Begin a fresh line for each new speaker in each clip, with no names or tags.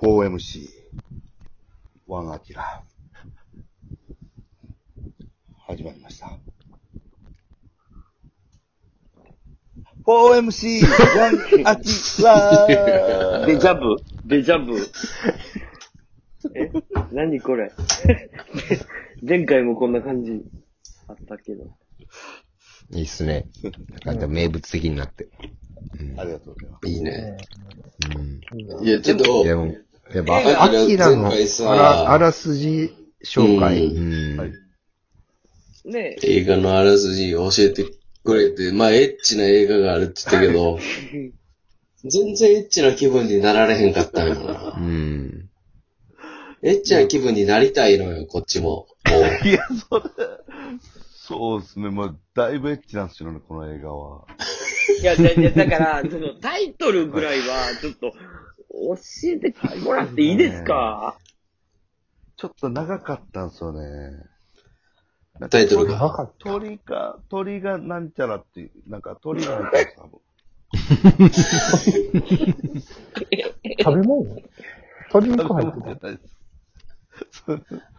4MC、ワンアキラ。始まりました。4MC、ワンアキ ラ。
デジャブ、デジャブ。え何これ 前回もこんな感じあったけど。
いいっすね。なんか名物的になって。
ありがとうございます。
いいね。
うん。
いや、ちょっと、
でも、やっぱ、
が
アキラの
前回さ
あらあらすじ紹介。うん。
ね
映画のあらすじ教えてくれて、まあ、エッチな映画があるって言ったけど、全然エッチな気分になられへんかったんよな。
うん。
エッチな気分になりたいのよ、こっちも。もう
いや、それ、そうですね。まあ、だいぶエッチなんですよね、この映画は。
え。いや、だだから、そのタイトルぐらいは、ちょっと、教えてもらっていいですか
ちょっと長かったんですよね。
タイトルが
なんか鳥鳥が、鳥がなんちゃらっていう、なんか鳥がなんちゃら多分。
食べ物鶏肉 入って
食べ物じゃないです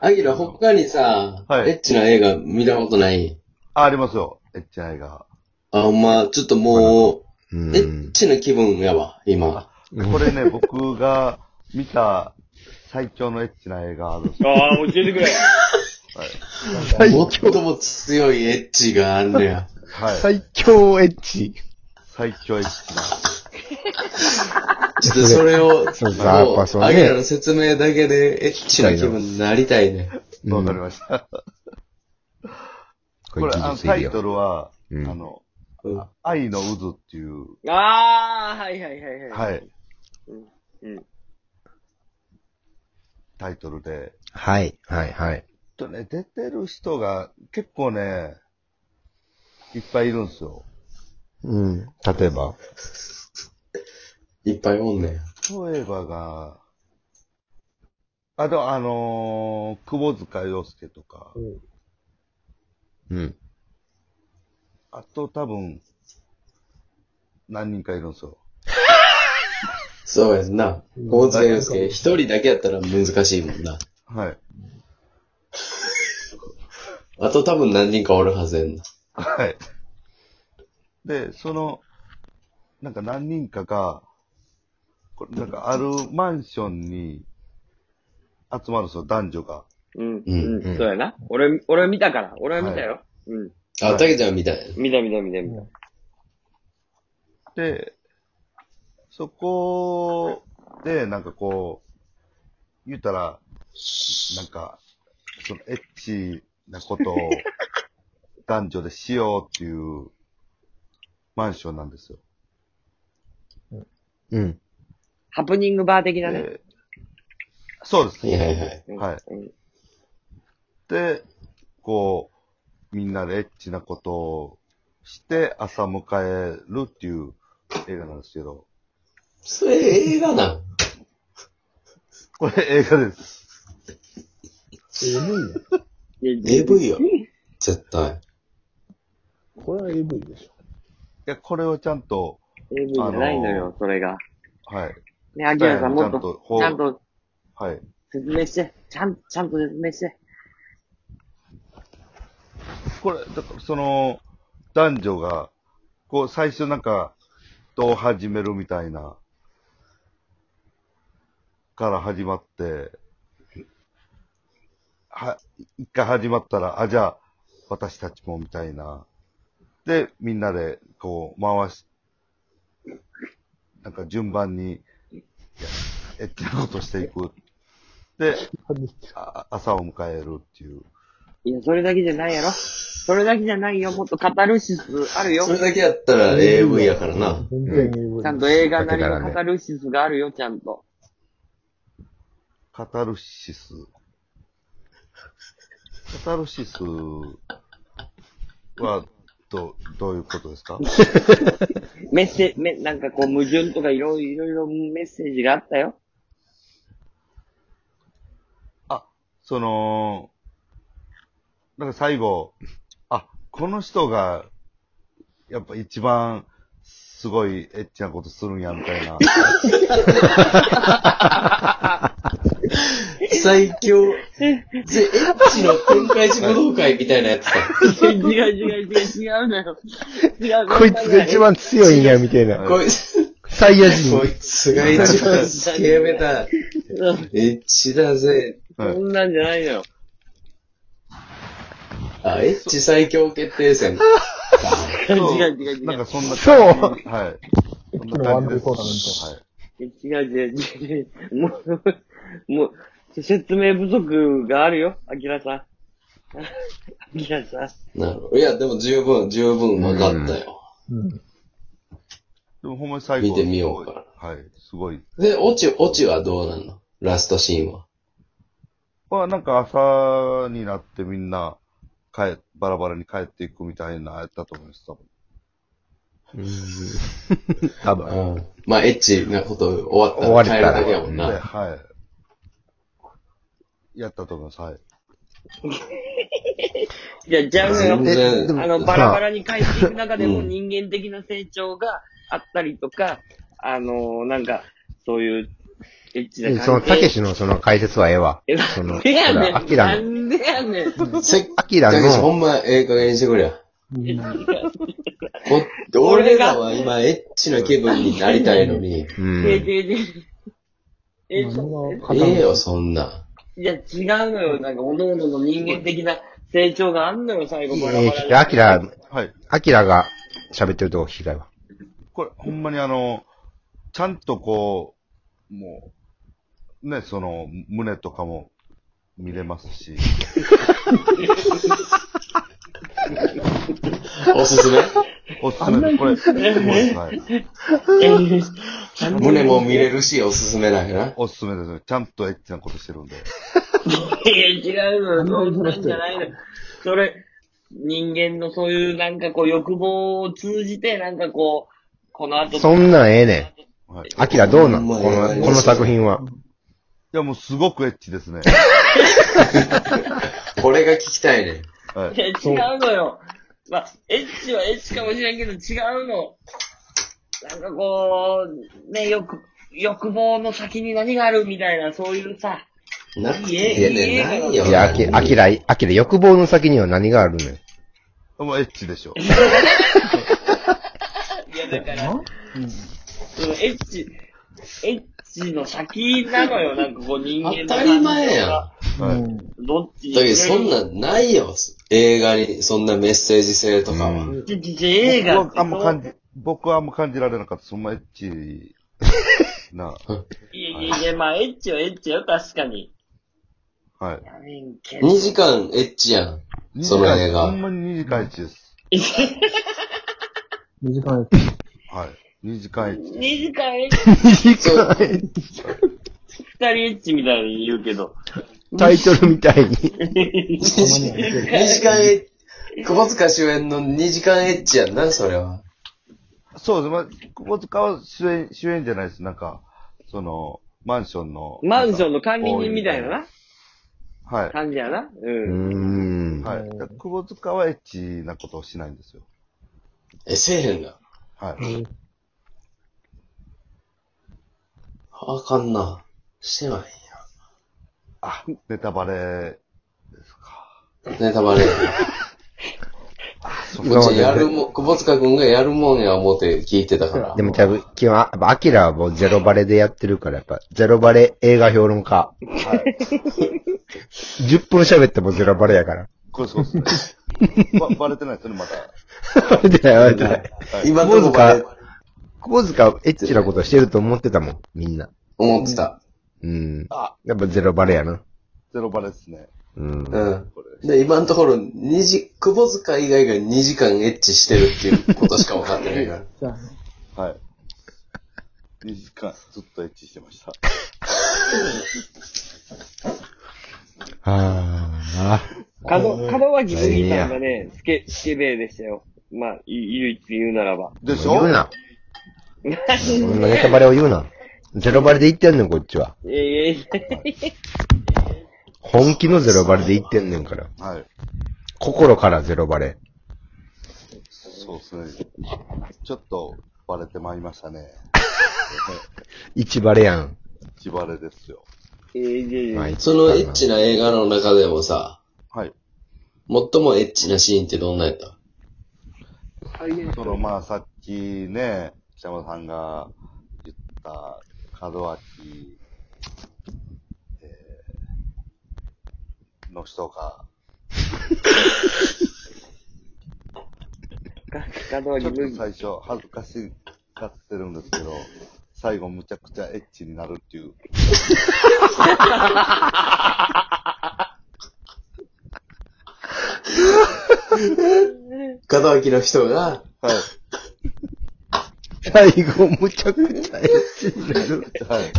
アギラ、他にさ、
はい
エッチな映画見たことない
あ、ありますよ。エッチな映画。
あ、ほんま、ちょっとも
う
う、エッ
ん。
チな気分やわ、今。
これね、僕が見た最長のエッチな映 画あるんですよ。
ああ、教えてくれ。
最も強いエッチがあるのや。
はい。
最強エッチ。
最長エッチな。
ちょっとそれを、
そうそうやっぱそうね
アギラの説明だけで、エッチな気分になりたいね。
うん
わかりました。
こ
こ
れ
れ、あ
技
の、
術
タ
いる
イト
よ。
ルは、
うん
あの、
うん
愛の渦っていう、
ああ、はいはいはいはい。
はい。
うん。
タイトルで。
はい、はい、はい。
ちょっとね、出てる人が結構ね、いっぱいいるんですよ。
うん。例えば。
いっぱいおんねん。
例えばが、あと、あのー、窪塚洋介とか、
うん。
あと多分、何人かいるんですよ。
そうやんな。大塚洋介、一人だけやったら難しいもんな。
はい。
あと多分何人かおるはずやんな。
はい。で、その、なんか何人かが、これなんかあるマンションに集まるんですよ、男女が。
うん、
う
うんん、そうやな。俺、俺見たから。俺は見たよ。うん。
あ、たけちゃんみたい
見た見た見た見た。
で、そこで、なんかこう、言ったら、なんか、そのエッチなことを男女でしようっていうマンションなんですよ。
うん。
ハプニングバー的なね。
でそうです。
な。はいはいはい。
うん
はい
うん
で、こう、みんなでエッチなことをして朝迎えるっていう映画なんですけど、
それ映画なん。
これ映画です。
いや
AV よ。絶対。
る。これは AV でしょ。
いや、これをちゃんと、
AV じゃないの
あの
よ、それが。
はい。
ね、アキラさん
ち
も
ゃ
っ
ん
と、
と、ほう
ちゃんと
はい。
説明して、ちゃん、ちゃんと説明して。
これ、だからその、男女が、こう、最初なんか、どう始めるみたいな、から始まって、は、一回始まったら、あ、じゃあ、私たちもみたいな。で、みんなで、こう、回し、なんか順番に、いやえってなことしていく。で、あ朝を迎えるっていう。
いや、それだけじゃないやろ。それだけじゃないよ。もっとカタルシスあるよ
そ。れだけやったら AV やからな。
全然 AV。
ちゃんと映画なり
だから
の
ね
カタルシスがあるよ、ちゃんと。
カタルシス。カタルシスは、ど、どういうことですか
メッセ、め、なんかこう矛盾とかいろいろいろメッセージがあったよ。
あ、その、なんか最後、あ、この人が、やっぱ一番、すごいエッチなことするんや、みたいな。
最強。ぜエッチの天開寺武道会みたいなやつだ。
違う違う違う違うだよ。違う。
こいつが一番強いんや、みたいな。
こいつ、
サイヤ人
こ。いつが一番スケベ だ。エッチだぜ。
はい
そんなんじゃないのよ。
あ、エッチ最強決定戦。
違う違う違う違う。
なんかそんな
そう
感じ。はい。そんな感じです。
ワンダーソ
はい。
違う違う違う違う。もう、もう、説明不足があるよ、アキラさん。 アキラさん。
なるほど。いや、でも十分、十分分かったよ。
うん。
でもほんまに最後。
見てみようか
はい。すごい。
で、オチ、オチはどうなんのラストシーンは。
まあなんか朝になってみんな、帰、バラバラに帰っていくみたいなやったと思います、多分。
多分。
うん。まあ、エッチなこと終
終
わ
わ
っ
り
た
た
ら
ら
帰るだけやもん
で
な。
はい。やったと思います、はい。
いや、じゃあ
全
ね、
え
然
でも
あの、バラバラに帰っていく中でも
うん
人間的な成長があったりとか、あのなんか、そういう、エッチな感じ。
その、た けしのその解説はええわ。
え、
そ
な
の
んでやね
ほらア
ん。
キラ
な
の
んでやねん。
せっ
アキラ
かくほ
の、
んま、ええ加減にしてくれや。こ俺らは今、エッチな気分になりたいのに。
う
え、
ん。
え、え、え、え、そ
何が
ええよ、そんな。
いや、違うのよ。なんか、おのおのの人間的な成長があんのよ、最後、バラ
え
バ
ー、
ラ
ア キラ、
はい。
アキラが喋ってるとこ聞きたいわ。
これ、ほんまにあの、ちゃんとこう、もう、ね、その、胸とかも見れますし、
おすすめ
おすすめで、これ、すごいですはい。
に。
胸も見れるし、おすすめなんやな。
おすすめですね。ちゃんとエッチなことしてるんで。
いや、違うのよ。そうなんじゃないのよ。それ、人間のそういう、なんかこう、欲望を通じて、なんかこう、この後、
そんなんええねん。
はい。い
アキラどうなん
ほ
こ
ん
の、
まや
この作品は。
や、もうすごくエッチですね。
これが聞きたいねん。
はい
い。や、違うのよ。まあ、エッチはエッチかもしれんけど、違うの。なんかこう、ね、欲、欲望の先に何があるみたいな、そういうさ、
なくてええねん。ないよ。
いや、アキアキラ、アキラ、欲望の先には何があるのよ。
もうエッチでしょ。
いや、だから、そのエッチ、エッチの先なのよ、なんかこう人間の。
当たり前やん。だ
はい。
どっちに
けど、そんなんないよ。映画に、そんなメッセージ性とかは。
うん
ちちち映画っ
僕は
て
あんま感じ、僕はあんま感じられなかった。そんなエッ チな。
いやいやいや、まあ、エッチはエッチよ、確かに。
はい。
やねんけど。
2時間エッチやん。その映画
ほんまに2時間エッチです。
2時間やっ
はい。2時間エッチ。
2時間エッチ、
そう
2人エッチみたいに言うけど。
タイトルみたいに。
2時間エッ、久保塚主演の2時間エッチやんな、それは。
そうです。まあ、久保塚は主演、主演じゃないです。なんか、その、マンションの。
マンションの管理人みたいなな、
はい。
感じやな。
う
うん。
ん。
はい。だから久保塚はエッチなことをしないんですよ。
え、せえへんな。
はい。
あかんな。してない
あ、ネタバレ。
や。ネタバレや
そ
な。もちろんやる
で
もん、久保塚くんがやるもんや思って聞いてたから。
でも多分、基本、やっぱ、アキラはもうゼロバレでやってるから、やっぱ、ゼロバレ映画評論家。10分喋ってもゼロバレやから。
これそう ですね。ば、バレてないですよね、まだ。
バレてない、バレてない。
今のとこバレ
小塚、エッチなことしてると思ってたもん、みんな。
思ってた。
うん。やっぱゼロバレやな。
ゼロバレですね。
うん。
うん。で、今のところ、二時、久保塚以外が2時間エッチしてるっていうことしか分かってないから。
た。
はい。2時間ずっとエッチしてました。
あ
角、角脇麦さんがね、スケ、スケベでしたよ。まあ、ゆ唯一言うならば。
あ。
でし
も
ょ
う言う
い
な。そんなネタバレを言うな。ゼロバレで言ってんねん、こっちは。
いやいやいや。
本気のゼロバレで言ってんねんから。
はい。
心からゼロバレ。
そうですね。ちょっとバ レてまいりましたね。
一バレやん。
自バレですよ。
いえー、いやいや
まあ
そのエッチな映画の中でもさ、
はい。
最もエッチなシーンってどんなんやった
そのまあさっきね、北山さんが言った門脇、えー、の人が、
ガド
ちょっと
リ
最初恥ずかしがってるんですけど、最後むちゃくちゃエッチになるっていう。
門脇の人が、
はい。
最後、むちゃくちゃエッチになる。
はい。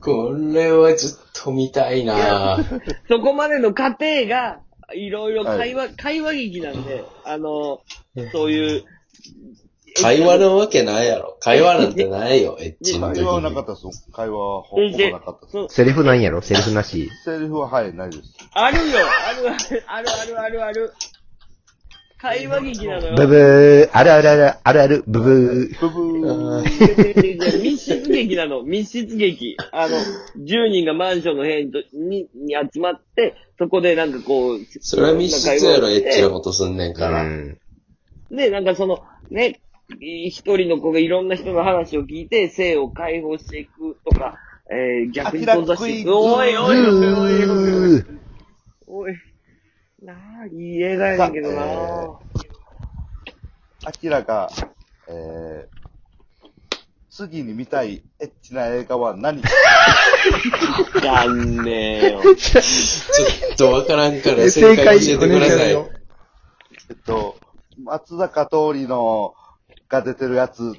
これはちょっと見たいなぁ。
そこまでの過程が、いろいろ会話、会話劇なんで、あの、そういう、
会話のわけないやろ。会話なんてないよ、エッチの時
会
に
話はなかったです。会話はほぼ
えで
なかったです。
そう、
セリフないんやろセリフなし。
セリフははい、ないです。
あるよあるあるあるあるある。会話劇なのよ。
ブブー、あるあるある、あるある、ブブー。
ブブー。
あー
密室劇なの、密室劇。あの、10人がマンションの部屋ににに集まって、そこでなんかこう、
それは密室やろ、エッチな
こ
ことすんねん
う
から。
ん。
と。で、なんかその、ね、一人の子がいろんな人の話を聞いて、性を解放していくとか、えー、逆に飛んだしていく。おいおいおいおいおいおい。
ブー
おい。なあ、いい映画やねんけどな
さアキラが、えー、次に見たいエッチな映画は何
あ。やんねえよ。
ちょっとわからんか
え
ら正解教えて
お
く
願
だ
いしま
さ
す
い。
よ
えっと、松坂通りの、が出てるやつ